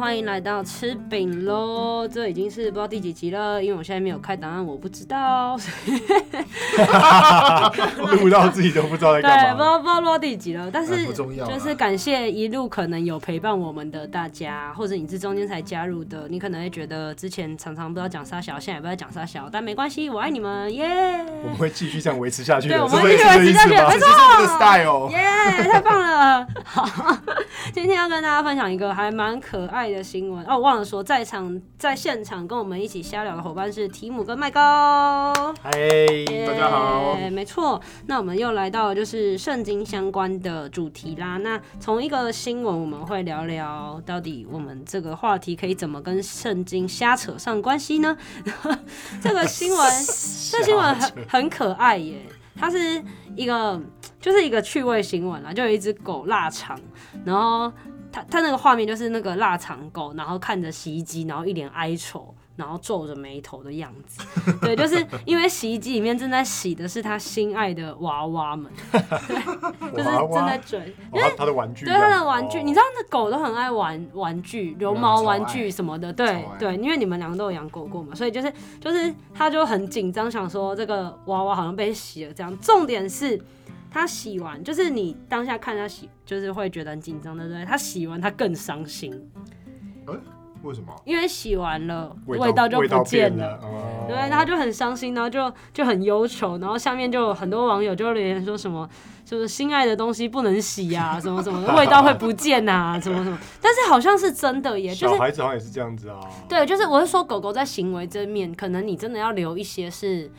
欢迎来到吃饼喽！这已经是不知道第几集了，因为我现在没有开档案，我不知道。 录到自己都不知道在 对，干不知嘛。道不知道录到第几了，但是哎不重要啦就是感谢一路可能有陪伴我们的大家，或者你是中间才加入的，你可能会觉得之前常常不知道讲啥小，现在也不知道讲啥小，但没关系，我爱你们，耶、我们会继续这样维持下去的，对我是们这会个继续意思维持下吗？去这是我们的 style。哦耶太棒了！ 好，今天要跟大家分享一个还蛮可爱的新闻哦，我忘了说，在场在现场跟我们一起瞎聊的伙伴是提姆跟麦高。嗨，耶大家好。没错，那我们又来到就是圣经相关的主题啦。那从一个新闻，我们会聊聊到底我们这个话题可以怎么跟圣经瞎扯上关系呢？这个 新闻，这新闻很很可爱耶，它是一个就是一个趣味新闻啊啦，就有一只狗腊肠，然后。它它那个画面就是那个腊肠狗，然后看着洗衣机，然后一脸哀愁，然后皱着眉头的样 子。对，就是因为洗衣机里面正在洗的是他心爱的娃娃们，就是娃正在娃，追。哦他他的玩具这对样，它的玩具，哦嗯你知道那狗都很爱玩玩具，绒毛玩具什么的，对超爱对，因为你们两个都有养狗过嘛，所以就是就是它就很紧张，想说这个娃娃好像被洗了这样。重点是它洗完，就是你当下看它洗，就是会觉得很紧张，对不对？它洗完它更伤心，为什么？因为洗完了味道就味道不见变了了。。哦对，然后就很伤心，然后就就很忧愁，然后下面就有很多网友就留言说什么，就是心爱的东西不能洗呀、什么什么，味道会不见呐、什么什么。但是好像是真的耶，就小是孩子好像也是这样子啊。对，就是我是说狗狗在行为这面，可能你真的要留一些是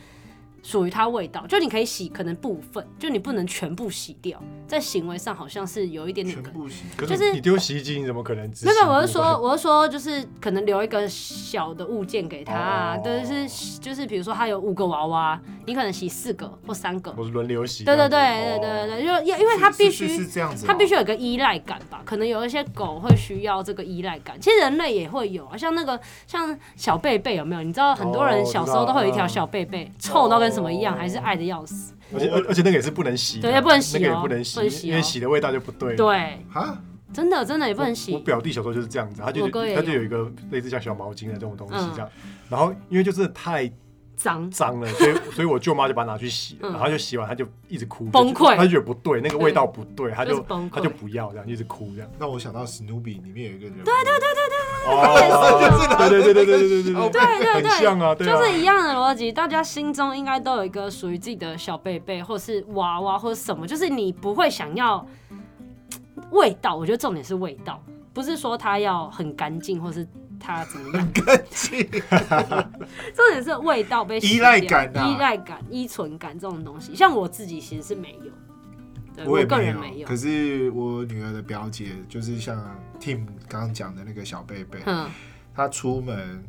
属于它味道，就你可以洗可能部分，就你不能全部洗掉，在行为上好像是有一点点全可部洗，可嗯就是是你丢洗衣机，你怎么可能只洗没一部有，分？我是说，我是说，就是可能留一个小的物件给他啊，哦但是就是比如说他有五个娃娃，你可能洗四个或三个，我是轮流洗这对样对对子。对哦对对，就因因为他是必是是须。这样子哦，它必须有一个依赖感吧，可能有一些狗会需要这个依赖感，其实人类也会有啊，像那个像小贝贝有没有？你知道很多哦人我知小时候道都会有一条嗯哦小贝贝，臭到跟什么一样，还是爱的要死。而且而而且那个也是不能洗的，对也不能洗哦那个也不能不能洗洗，哦因为洗的味道就不对。，对，啊，真的真的也不能洗我。表弟小时候就是这样子，他就我哥也有他就有一个类似像小毛巾的这种东西嗯这样，然后因为就是太脏，脏了，所以所以我舅妈就把它拿去洗，嗯然后就洗完，她就一直哭，崩溃她就觉得不对，那个味道不对，她就是就崩溃她就不要这样，一直哭 这样。让我想到史努比里面有一个人，对啊对对，哦，对对对对对对对对对对很对，像啊，对啊就。是一样的逻辑，大家心中应该都有一个属于自己的小贝贝，或是娃娃，或是什么，就是你不会想要嘖味道。我觉得重点是味道，不是说它要很干净，或是它怎么 样，啊重点是味道被洗依赖掉感啊依赖感、依存感这种东西。像我自己其实是没有，对也个人没没有可，是我女儿的表姐就是像 Tim 刚刚讲的那个小贝贝，嗯，她出门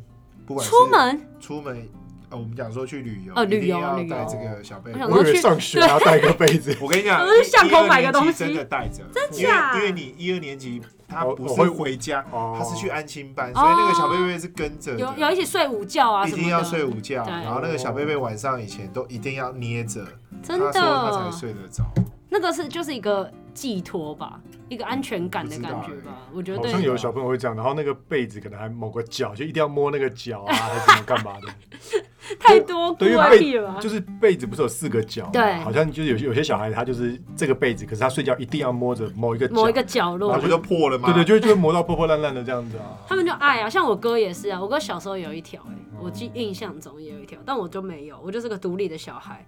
不管是出门出门，呃，我们讲说去旅游，呃一定旅游要旅游带这个小贝我贝想。我以为上学还要带个杯 子，我跟你讲，我去巷口一买个东西一二年级真的带着，真假因为因为你一二年级，她我不我会是回家，哦她是去安亲班，所以那个小贝贝是跟着的，哦有有一起睡午觉啊一什定么要睡的，午觉，对然后那个小贝贝晚上以前都一定要捏着，真他说他的才，睡得着。那个是就是一个寄托吧，一个安全感的不知感道觉欸吧，我觉得好像有的小朋友会这样，然后那个被子可能还某个角，就一定要摸那个角啊，还是怎么干嘛的？太多孤对，因儿癖为了吧被？就是被子不是有四个角嘛？啊对好像就是有些有些小孩他就是这个被子，可是他睡觉一定要摸着某一个角某一个角那落不，就破了吗？对对，就就会磨到破破烂烂的这样 子啊。他们就爱啊。像我哥也是啊，我哥小时候有一条、欸，我记印象中也有一条，但我就没有，我就是个独立的小孩。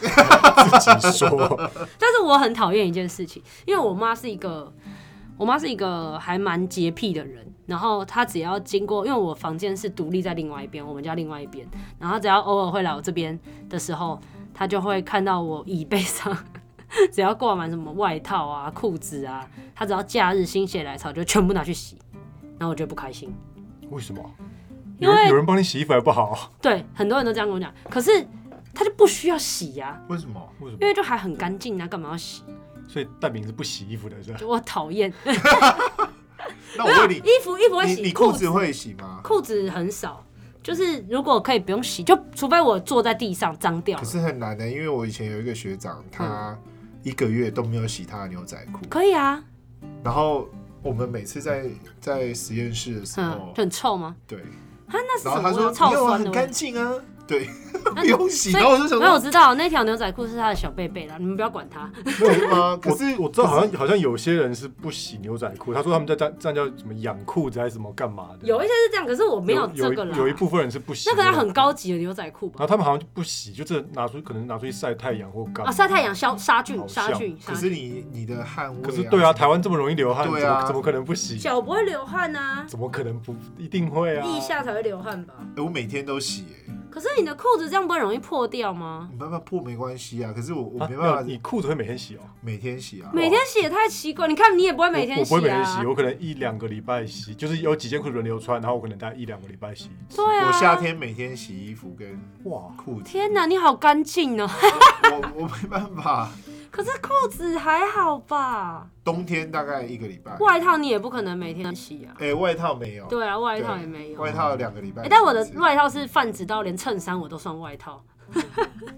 自 己说，但是我很讨厌一件事情，因为我妈是一个，我妈是一个还蛮洁癖的人。然后她只要经过，因为我房间是独立在另外一边，我们家另外一边。然后她只要偶尔会来我这边的时候，她就会看到我椅背上只要挂满什么外套啊、裤子啊，她只要假日心血来潮就全部拿去洗，然后我就不开心。为什么？因有为人有人帮你洗衣服还不好？对，很多人都这样跟我讲，可是她就不需要洗呀、为什么？为什因么？为就还很干净啊，干嘛要洗？所以蛋饼是不洗衣服的是吧？就我讨厌。那我问哦你， 衣服衣服会你洗，你裤裤子会洗吗？裤子很少，就是如果可以不用洗，就除非我坐在地上脏掉可了。是很难的，因为我以前有一个嗯学长，他一个月都没有洗他的牛仔裤，可以啊，然后我们每次在在实验室的时嗯候，，很臭吗？对，啊，那是然什后么他味说道没臭有啊，酸的很味道干净啊，对，那不用洗。所以然后我啊就想没有，我说，知道那条牛仔裤是他的小贝贝啦，你们不要管他。对 吗？啊可我是我知道，好像好像有些人是不洗牛仔裤，他说他们在站站叫什么养裤子还是什么干嘛的，有一些是这样，可是我没有这个有啦。一有一部分人是不洗，那个要很，高级的牛仔裤吧？然后他们好像就不洗，就这拿出可能拿出去晒太阳或干嘛啊，晒太阳。消杀菌好杀像菌杀可是菌。你你的汗味，可是对啊，台湾这么容易流汗，怎对啊么怎么可能不洗？脚不会流汗呐、怎么可能不一定会啊？腋下才会流汗吧？哎我每天都洗，哎可是你的裤子这样不会容易破掉吗？你慢慢破没关系啊，可是我我啊没没有办你法裤子会每天洗哦。每天洗啊，每天洗也太奇怪，你看你也不会每天我洗我不会每天啊洗，。我可能一两个礼拜洗，就是有几件裤子轮流穿，然后我可能大概一两个礼拜洗一次。对啊，我夏天每天洗衣服跟哇，裤子，天哪，你好干净哦！我我没办法，可是裤子还好吧？冬天大概一个礼拜，外套你也不可能每天洗啊。哎、外套没有，对啊，外套也没有。外套两个礼拜、哎、但我的外套是泛指到连衬衫我都算外套，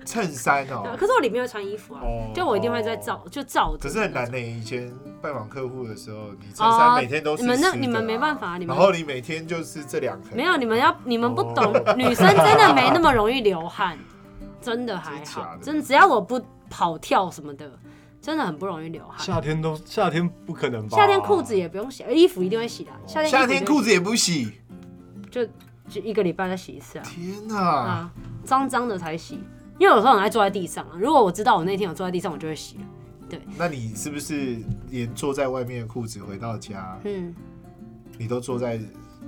衬衫对啊哦、可是我里面会穿衣服啊，哦就我一定会在照就照着。可是很难呢、以前拜访客户的时候，你衬衫每天都是、哦啊你们那你们没办法你们然后你每天就是这两层，没有，你们要你们不懂，哦女生真的没那么容易流汗，真的还真假好，的真的只要我不跑跳什么的，真的很不容易流汗。夏天都夏天不可能吧？夏天裤子也不用洗，衣服一定会洗的。夏天夏天裤子子也不洗，就就一个礼拜再洗一次啊，天哪、啊！啊，脏脏的才洗，因为有时候很爱坐在地上啊。如果我知道我那天有坐在地上，我就会洗了。那你是不是连坐在外面的裤子回到家，嗯，你都坐在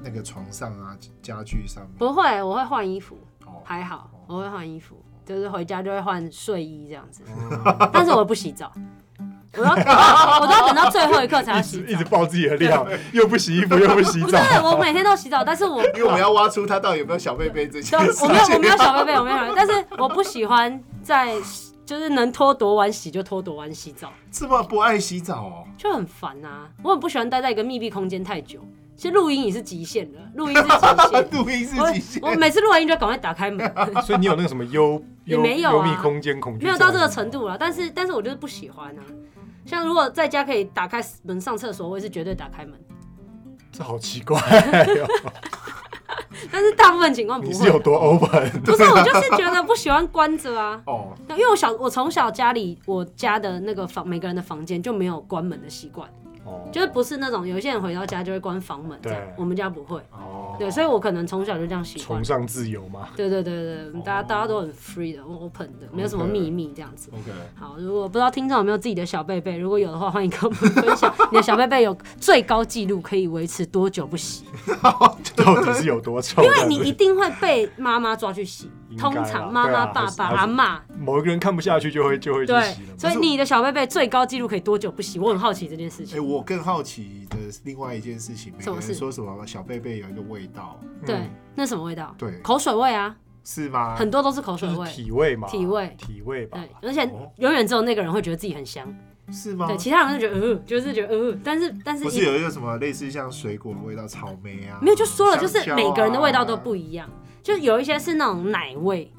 那个床上啊、家具上面？不会，我会换衣服，哦，还好哦，我会换衣服，就是回家就会换睡衣这样子，哦但是我不洗澡。我要我都要等到最后一刻才要一洗直澡，一直爆自己的料，又不洗衣 服又不洗不是澡，，我每天都洗澡，但是我因为我们要挖出他到底有没有小贝贝这件小事我情。没有我没有小贝贝，我没有小贝贝，但是我不喜欢在就是能拖多晚洗就拖多晚洗澡，这么不爱洗澡哦？。就很烦啊。我很不喜欢待在一个密闭空间太久，其实录音也是极限的，录音是极限 录音是极限我我每次录完音就赶快打开门，所以你有那个什么幽也幽没有啊幽密空间恐惧没症有到这个程度了。啊但是但是我就是不喜欢啊。像如果在家可以打开门上厕所，我也是绝对打开门。这好奇怪哦。但是大部分情况不你是有会，多 open？不是我就是觉得不喜欢关着啊。哦，对，因为我小我从小家里我家的那个房每个人的房间就没有关门的习惯，哦就是不是那种有些人回到家就会关房门这样对，我们家不会。哦对，所以我可能从小就这样习惯崇。尚自 由嘛。对对对对，大家大家都很 free 的，open 的，没有什么秘密这样子。 OK，好，如果不知道听众有没有自己的小贝贝，如果有的话，欢迎跟我们分享你的小贝贝有最高纪录可以维持多久不洗？到底是有多臭？因为你一定会被妈妈抓去洗，应该通啦常妈对妈、啊爸还是爸、还是阿妈 某一个人看不下去就会就会去对洗了，嘛。所以你的小贝贝最高纪录可以多久不洗？我很好奇这件事哎、情。我更好奇的是另外一件事情，每什个么事人说什么小贝贝有一个味道，对，那什么味道？对口水味啊，是吗？很多都是口水就味是。体味嘛，体味体味吧对。，而且哦永远只有那个人会觉得自己很香，是吗对，？其他人就觉得呃，就是觉得呃，但是但是不一是有一个什么类似像水果的味道，草莓啊？没有就说了，就香是蕉啊每个人的味道都不一样，就有一些是那种奶味，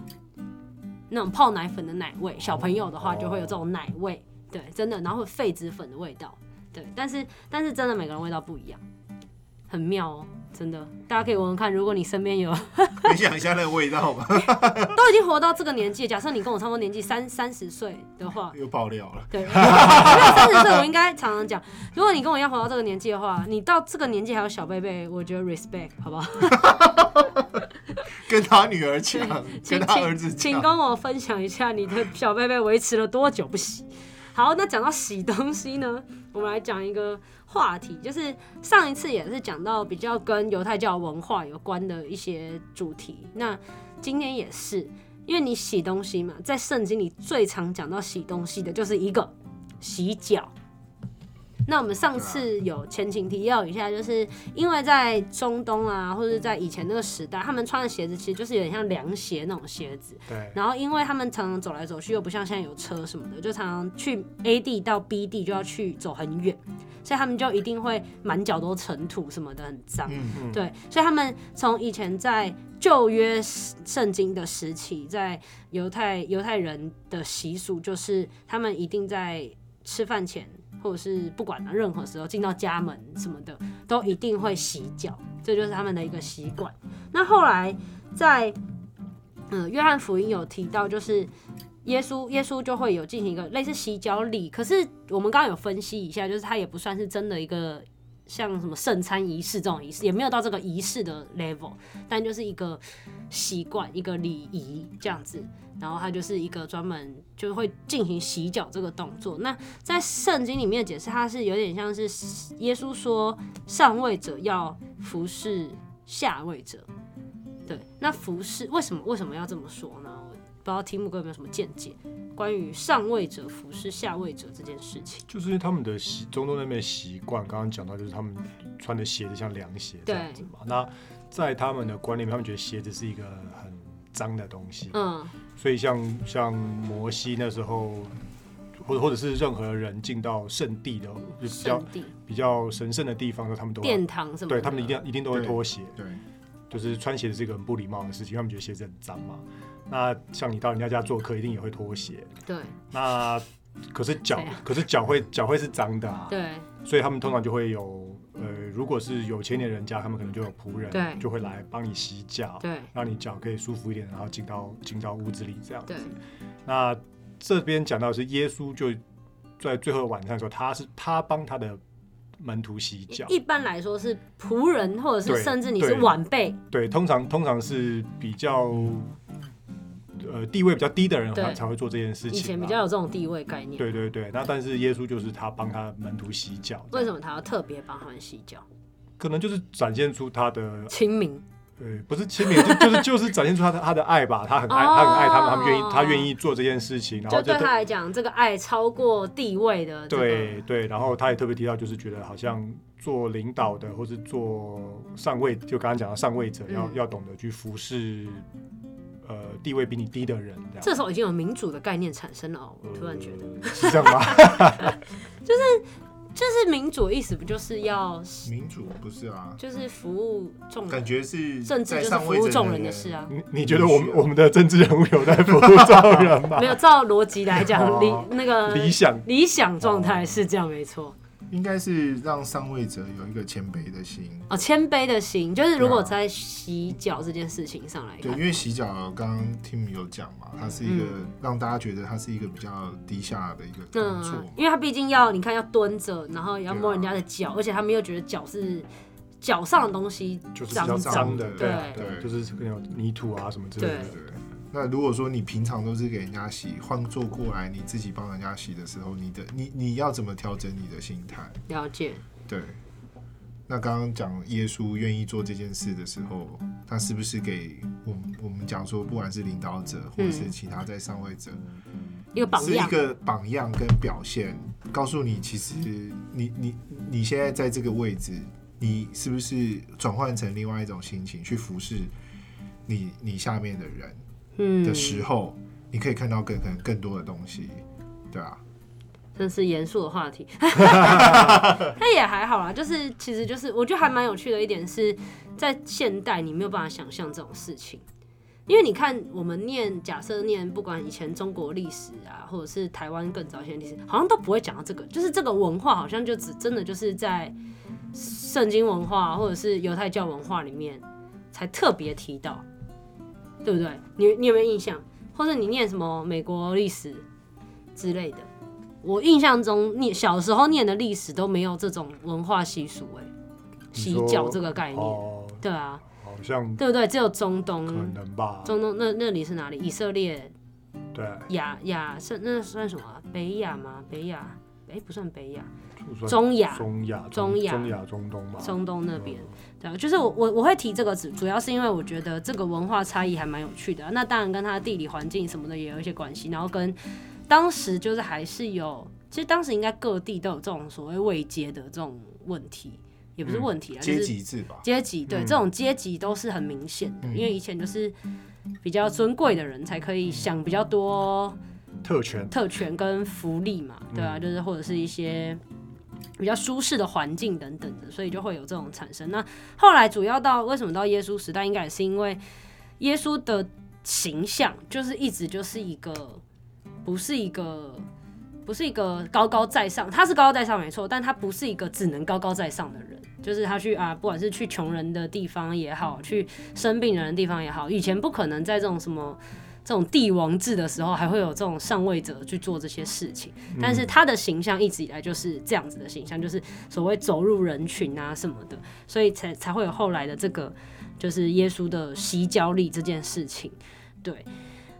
那种泡奶粉的奶味，小朋友的话就会有这种奶味，对，真的，然后会有痱子粉的味道，对，但是但是真的每个人味道不一样，很妙哦。真的，大家可以闻闻看。如果你身边 有 你想一下那个味道吧，都已经活到这个年纪，假设你跟我差不多年纪三三十岁的话，又爆料了。对，没有 三十岁，我应该常常讲，如果你跟我一样活到这个年纪的话，你到这个年纪还有小贝贝，我觉得 respect 好不好？跟他女儿讲，请跟他儿子请请讲，跟我分享一下你的小贝贝维持了多久不洗？好，那讲到洗东西呢，我们来讲一个话题，就是上一次也是讲到比较跟犹太教文化有关的一些主题，那今天也是，因为你洗东西嘛，在圣经里最常讲到洗东西的就是一个洗脚。那我们上次有前情提要一下，就是因为在中东啊，或者在以前那个时代，他们穿的鞋子其实就是有点像凉鞋那种鞋子。对，然后因为他们常常走来走去，又不像现在有车什么的，就常常去 A 地到 B 地就要去走很远，所以他们就一定会满脚都尘土什么的，很脏。嗯，嗯对，所以他们从以前在旧约圣经的时期，在犹太犹太人的习俗，就是他们一定在吃饭前或者是不管了，任何时候进到家门什么的，都一定会洗脚，这就是他们的一个习惯。那后来在嗯、呃约翰福音有提到，就是耶稣耶稣就会有进行一个类似洗脚礼，可是我们刚刚有分析一下，就是它也不算是真的一个。像什么圣餐仪式这种仪式，也没有到这个仪式的 level，但就是一个习惯、一个礼仪这样子。然后它就是一个专门就会进行洗脚这个动作。那在圣经里面的解释，它是有点像是耶稣说上位者要服侍下位者。对，那服侍为什么为什么要这么说呢？我不知道提姆哥有没有什么见解关于上位者服侍下位者这件事情？就是因为他们的习中东那边的习惯，刚刚讲到就是他们穿的鞋子像凉鞋这样子嘛。那在他们的观念里面，他们觉得鞋子是一个很脏的东西，嗯所以像像摩西那时候，或者或者是任何人进到圣地的，就比较圣地、比较神圣的地方，他们都殿要堂什么的，啊对他们一定要一定都会对脱鞋，对，就是穿鞋子是一个很不礼貌的事情，他们觉得鞋子很脏嘛。那像你到人家家做客，一定也会脱鞋。对那可是脚对啊，可是脚会脚会是脏的、啊，对所以他们通常就会有，呃，如果是有钱一点人家，他们可能就有仆对人，就会来帮你洗脚，对让你脚可以舒服一点，然后进到进到屋子里这样子对。那这边讲到的是耶稣就在最后晚餐的时候，他是他帮他的门徒洗脚，一般来说是仆人，或者是对甚至你是对晚辈，对，通常通常是比较。呃，地位比较低的人对才才会做这件事情以嘛。前比较有这种地位概念。对对对，那但是耶稣就是他帮他门徒洗脚，为什么他要特别帮他们洗脚？可能就是展现出他的清明，呃，不是亲民，就就是就是展现出他的他的爱吧，他很爱、哦他很爱他们，他们愿意他愿意做这件事情，然后就就对他来讲，这个爱超过地位的、这个。对对，然后他也特别提到，就是觉得好像做领导的或是做上位，就刚刚讲到上位者要、嗯要懂得去服侍呃地位比你低的人，这样这时候已经有民主的概念产生了哦，我突然觉得，得是这样吗？ 就是民主的意思不就是要民主不是啊，就是服务众感人，觉是政治在就是上服位务者嗯众人的事。啊。你你觉得我们我们的政治人物有在服务众人 吗 没？有，照逻辑来讲，哦理那个理想理想状哦态是这样，没错。应该是让上位者有一个谦卑的心。哦，谦卑的心，就是如果对啊在洗脚这件事情上来对，看因，为洗脚刚刚 Tim 有讲嘛，它是一个让大家觉得它是一个比较低下的一个工作嗯，因为他毕竟要你看要蹲着，然后也要对啊摸人家的脚，而且他们又觉得脚是脚上的东西就是比脏较脏脏的，的，对啊对啊，就是可能有泥土啊什么之类的对。对，那如果说你平常都是给人家洗，换做过来你自己帮人家洗的时候，你的你你要怎么调整你的心态？了解，对。那刚刚讲耶稣愿意做这件事的时候，他是不是给我们我们讲说，不管是领导者或者是其他在上位者，一个榜是一样，个榜样跟表现，告诉你其实你你你现在在这个位置，你是不是转换成另外一种心情去服侍你你下面的人？嗯的，时候，你可以看到更可能更多的东西，对啊，真是严肃的话 题。 但也还好啦，就是其实就是我觉得还蛮有趣的一点是，在现代你没有办法想象这种事情。因为你看，我们念假设念，不管以前中国历史啊，或者是台湾更早以前的历史，好像都不会讲到这个，就是这个文化好像就只真的就是在圣经文化或者是犹太教文化里面才特别提到，对不对？你你有没有印象？或者你念什么美国历史之类的？我印象中，你小时候念的历史都没有这种文化习俗、欸，哎，洗你说脚这个概念，哦，对啊，好像对不对？只有中可东，能啊吧。中东那那里是哪里？以色列、对，亚亚是那算什么啊、北亚吗？北亚？哎，不算北亚，就算中亚、中亚、中亚中亚、中东吧。中东那边。对啊，就是我我我会提这个主，主要是因为我觉得这个文化差异还蛮有趣的啊、那当然跟它的地理环境什么的也有一些关系，然后跟当时就是还是有，其实当时应该各地都有这种所谓未接的这种问题，也不是问题啊，就阶是级制吧，阶级，对、嗯这种阶级都是很明显的，嗯因为以前就是比较尊贵的人才可以享比较多特权，特权跟福利嘛，对啊，就是或者是一些比较舒适的环境等等的，所以就会有这种产生。那后来主要到为什么到耶稣时代，应该也是因为耶稣的形象就是一直就是一个不是一个不是一个高高在上，他是高高在上没错，但他不是一个只能高高在上的人。就是他去啊，不管是去穷人的地方也好，去生病人的地方也好，以前不可能在这种什么这种帝王制的时候，还会有这种上位者去做这些事情。但是他的形象一直以来就是这样子的形象，就是所谓走入人群啊什么的，所以才才会有后来的这个就是耶稣的洗脚礼这件事情。对，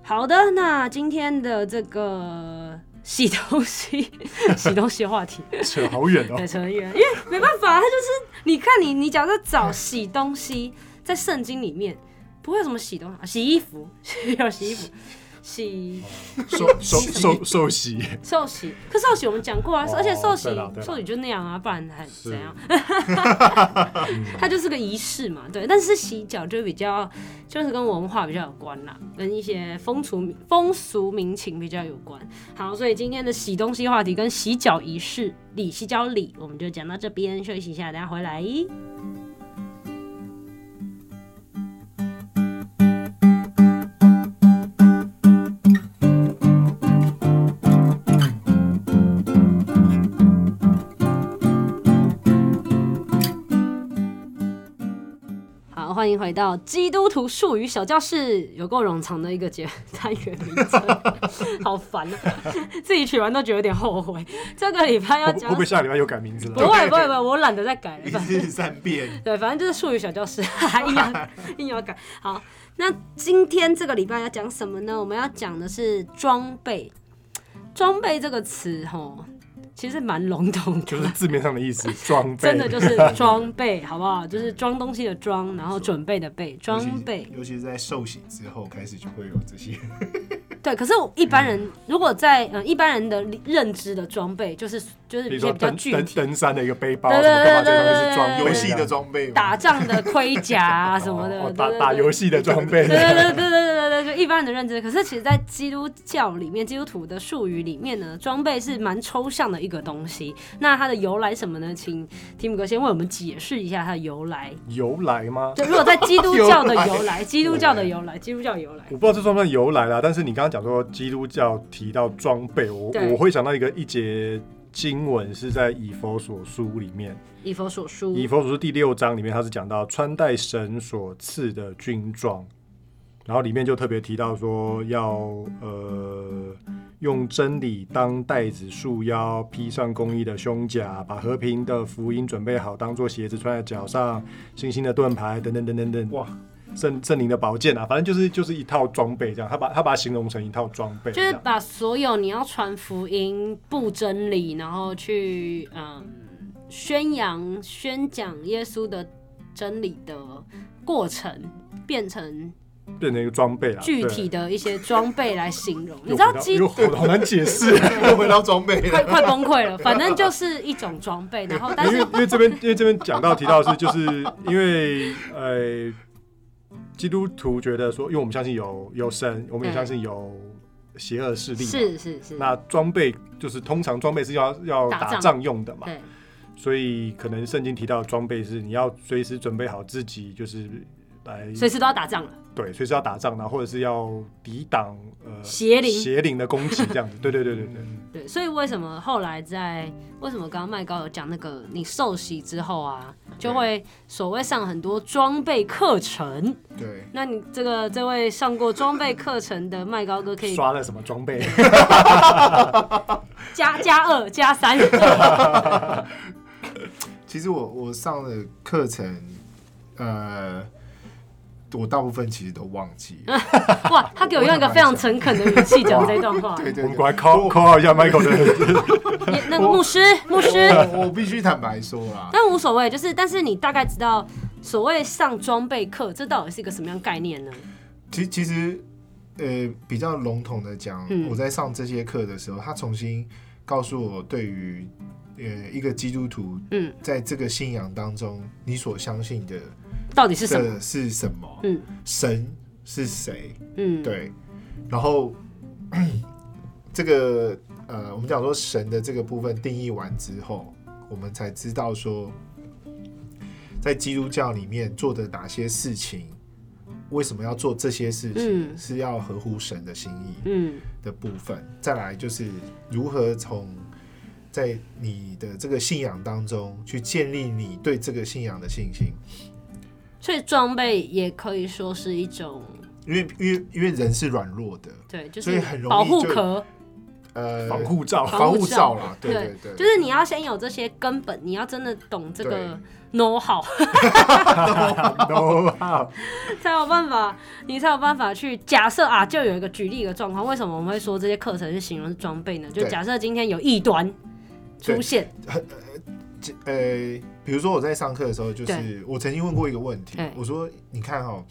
好的，那今天的这个洗东西、 洗东西的话题，扯好远哦 对，。扯很远，因为没办法，他就是你看你你假设找洗东西，在圣经里面不会有什么洗东西，啊洗衣服 有洗衣服，洗手受 受受洗，寿喜，可寿喜我们讲过啊，哦而且寿喜对啦对啦寿喜就那样啊，不然还怎 样？ 嗯它就是个仪式嘛，对。但是洗脚就比较，就是跟文化比较有关啦，跟一些风俗风俗民情比较有关。好，所以今天的洗东西话题跟洗脚仪式礼、洗脚礼，我们就讲到这边，休息一下，等一下回来。好，欢迎回到基督徒术语小教室，有够冗长的一个节单元名称，好烦啊！ 自己取完都觉得有点后悔。这个礼啊拜要会不会讲会不会下礼拜又改名字不了？会不会不会，我懒得再改了一。日三遍，对，反正就是术语小教室， 硬要硬要改。好，那今天这个礼拜要讲什么呢？我们要讲的是装备。装备这个词，吼，其实蛮笼统的，就是字面上的意思，装备。真的就是装备，好不好？就是装东西的装，然后准备的备，装备。尤其是在受洗之后开始就会有这些。对，可是我一般人如果在嗯、呃一般人的认知的装备，就是就是比一如些说比较登具登体。登山的一个背包，对什对么干嘛？这对对个东西对是装哎对备游戏的装备嘛，打仗的盔甲啊什么的，哦对打对打对游戏的装对备对对。对对对对，就一般人的认知。可是其实，在基督教里面，基督徒的术语里面呢，装备是蛮抽象的一个东西。那它的由来什么呢？请提姆哥先为我们解释一下它的由来。由来吗？对，如果在基督教的由 来，基督教的由来，基督教的由来，我不知道这算不算由来啦，但是你刚刚讲说基督教提到装备，我对我会想到一个一节经文是在以佛所书里面，以佛所书，以佛所书第六章里面，它是讲到穿戴神所赐的军装，然后里面就特别提到说要呃用真理当带子束腰，披上公义的胸甲，把和平的福音准备好当做鞋子穿在脚上，星星的盾牌等等等等等，哇，圣圣灵的宝剑啊，反正就是就是一套装备这样，他把他把它形容成一套装备就这是样。把所有你要传福音、布真理，然后去嗯宣扬、宣讲耶稣的真理的过程，变成变成一个装备啊，具对体的一些装备来形容。你 又知道回到基又好好难解释，又回到装备快了。快崩溃了，反正就是一种装备。然后，但 因为是因为这边因为这边讲到提到的是，就是因为呃，基督徒觉得说，因为我们相信有有神，我们也对相信有邪恶势力嘛。是是是，那装备就是通常装备是要要打打仗仗用的嘛，对所以可能圣经提到的装备是你要随时准备好自己，就是来随时都要打仗了。对随时要打仗，然后或者是要抵挡呃邪灵邪灵的攻击这样子。对对对对对，对，所以为什么后来在为什么刚刚麦高有讲那个你受洗之后啊，就会所谓上很多装备课程。对，那你这个这位上过装备课程的麦高哥可以刷了什么装备？加加二加 三，其实我我上的课程，呃，我大部分其实都忘记 了。哇！他给我用一个非常诚恳的语气讲这段话。对对对，我们过来 call call out 一下 Michael 的你那个牧师，牧师，我我必须坦白说啦，但无所谓，就是但是你大概知道所谓上装备课，这到底是一个什么样概念呢？其其实呃比较笼统的讲，嗯我在上这些课的时候，他重新告诉我对于呃一个基督徒嗯，在这个信仰当中，你所相信的到底是什么？这是什么？嗯神是谁？嗯，对，然后 这个呃，我们讲说神的这个部分定义完之后，我们才知道说，在基督教里面做的哪些事情为什么要做这些事情，嗯是要合乎神的心意嗯的部分。再来就是如何从在你的这个信仰当中去建立你对这个信仰的信心，所以装备也可以说是一种，因为因为因为人是软弱的，对，就所以是很容易保护就壳，呃，防护罩，防防护护罩罩啦，对对对，就是你要先有这些根本，你要真的懂这个 know how， no 啊 才有办法，你才有办法去假设啊，就有一个举例一个状况，为什么我们会说这些课程是形容是装备呢？就对假设今天有异端出现，这呃，比如说我在上课的时候，就是我曾经问过一个问题对，我说你看哦，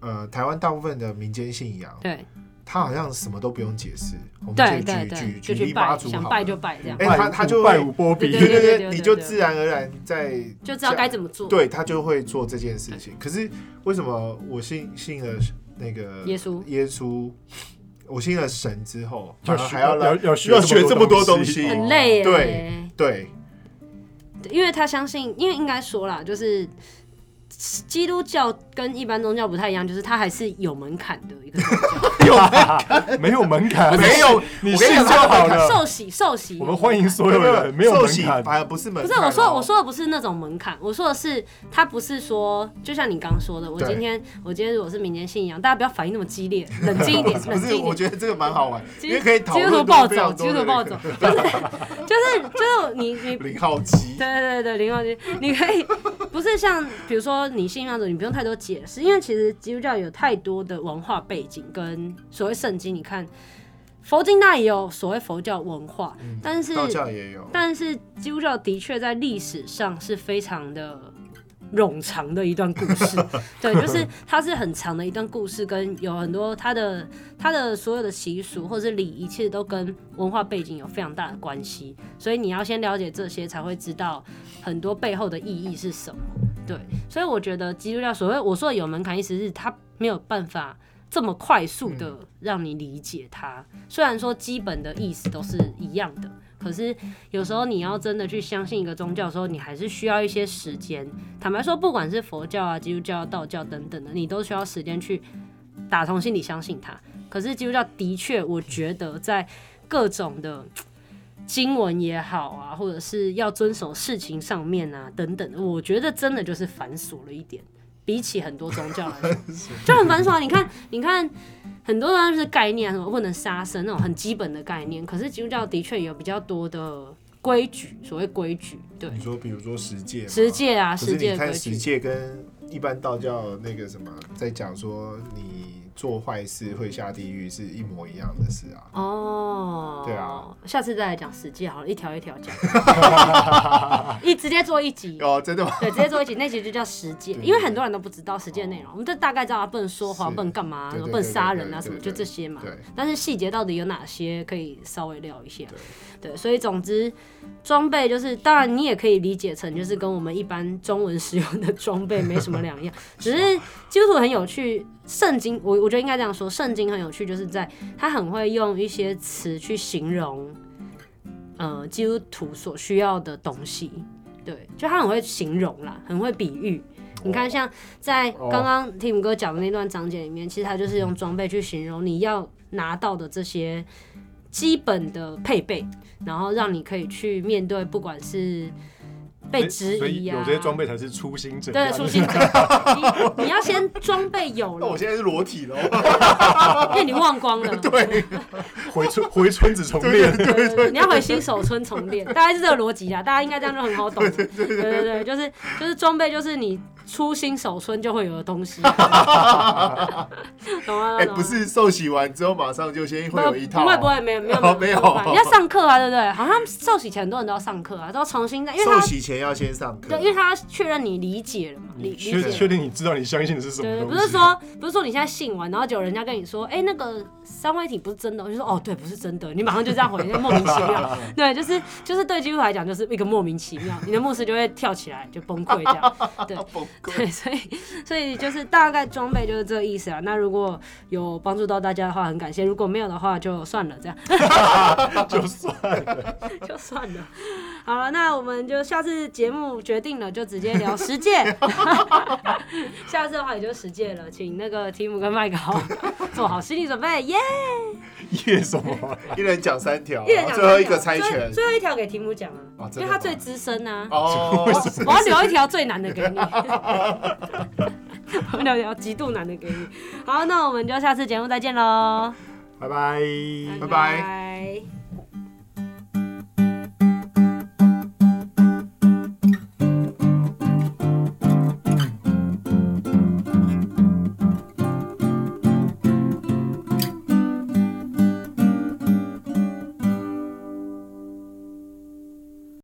呃，台湾大部分的民间信仰，对它好像什么都不用解释，我们对就对举对，举就举去例拜，妈祖想好拜 了，就拜这样，哎他他就拜会五波比，对对对对对，你对就对自然而然在就知道该怎么做。对他就会做这件事情。可是为什么我信信了那个耶稣耶稣，我信了神之后， 要反而学还要要让要学要学这么多东东西哦很累耶，对对对因为他相信，因为应该说啦，就是基督教跟一般宗教不太一样，就是它还是有门槛的一个 宗教 没有门槛，没有你我跟信你就讲好了。受洗受洗我。们欢迎所有人， 没有受门洗槛反。而不是门不槛是哦，我说，我说的不是那种门槛，我说的是他不是说，就像你刚刚说的，我对今天我今天如果是民间信仰，大家不要反应那么激烈，冷静一点，不冷是，静一我 点。觉得这个蛮好玩，基因为可以讨基督徒论暴到非走，常基多督徒的暴那走个，就是就是你你零号机。对对对，零号机，你可以不是像比如说你信仰者，你不用太多解释，因为其实基督教有太多的文化背景跟所谓圣经，你看佛经那也有所谓佛教文化，嗯但是道教也有，但是基督教的确在历史上是非常的。冗长的一段故事，对，就是它是很长的一段故事，跟有很多它的它的所有的习俗或者是礼仪，其实都跟文化背景有非常大的关系，所以你要先了解这些，才会知道很多背后的意义是什么。对，所以我觉得基督教所谓我说的有门槛，意思是它没有办法这么快速的让你理解它。虽然说基本的意思都是一样的，可是有时候你要真的去相信一个宗教的时候，你还是需要一些时间。坦白说，不管是佛教啊、基督教、道教等等的，你都需要时间去打从心里相信它。可是基督教的确，我觉得在各种的经文也好啊，或者是要遵守事情上面啊等等的，我觉得真的就是繁琐了一点。比起很多宗教来 说，就很繁琐啊、你看，你看，很多都是概念啊，什么不能杀生那种很基本的概念。可是基督教的确有比较多的规矩，所谓规矩，对，你说比如说十戒嘛，十戒啊，可十是戒的你规看十矩，戒跟一般道教那个什么，在讲说你做坏事会下地狱是一模一样的事啊。哦，对啊，下次再来讲十戒好了，一条一条 讲，一直接做一集。哦，真的吗？对，直接做一集，那集就叫十戒，对因为很多人都不知道十戒的内容，我们就大概知道啊不能说谎，是不能干嘛，对然后对不能对杀对人啊对什么，对就对这些嘛。对，但是细节到底有哪些，可以稍微聊一下。对，所以总之，装备就是，当然你也可以理解成就是跟我们一般中文使用的装备没什么两样，只是基督徒很有趣。圣经，我我觉得应该这样说，圣经很有趣，就是在他很会用一些词去形容，呃，基督徒所需要的东西。对，就他很会形容啦，很会比喻。你看，像在哦刚刚 Tim 哥讲的那段章节里面，其实他就是用装备去形容你要拿到的这些基本的配备，然后让你可以去面对，不管是被质所以疑啊，有这些装备才是初心者。对初 心者，你你要先装备有了那 我，现在是裸体喽，嗯因为你忘光了，对，回村回村子重练。对对对，你要回新手村重练，大概是这个逻辑啦，大家应该这样就很好 懂了。对对对，就是就是装备，就是你出新手村就会有的东 西，懂吗？哎，懂吗不。是受洗完之后马上就先不会有一套不啊，会不会，没有没有哦有没有不会你要上课啊，对不对？好像受洗前很多人都要上课啊，都要重新再，因为他受洗前要先上课，对，因为他要确认你理解了嘛，理理你确解确了。定你知道你相信的是什么对，东西？不是说不是说你现在信完，然后就有人家跟你说，哎、那个三位一体不是真的，我就说哦，对，不是真的，你马上就这样回，那莫名其妙。对，就是就是对基督徒来讲，就是一个莫名其妙，你的牧师就会跳起来就崩溃这样。对，崩溃对， 所以所以就是大概装备就是这个意思啊。那如果有帮助到大家的话，很感谢； 如果没有的话，就算了，这样就算了。就算了。好了，那我们就下次节目决定了，就直接聊十 戒。下次的话也就十戒了，请那个提姆跟麦克好 做好心理准备，耶、 夜什么？一人讲三条，一人讲然后三条哦最后一个猜拳最。最后一条给提姆讲啊，哦真的因为他吗最资深啊。哦，我要留一条最难的给你， 我要留一条极度难的给你。好，那我们就下次节目再见喽，拜拜。拜拜拜